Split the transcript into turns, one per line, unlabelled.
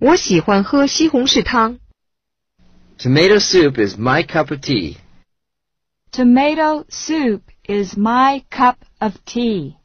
我喜欢喝西红柿汤。
Tomato soup is my cup of tea.
Tomato soup is my cup of tea.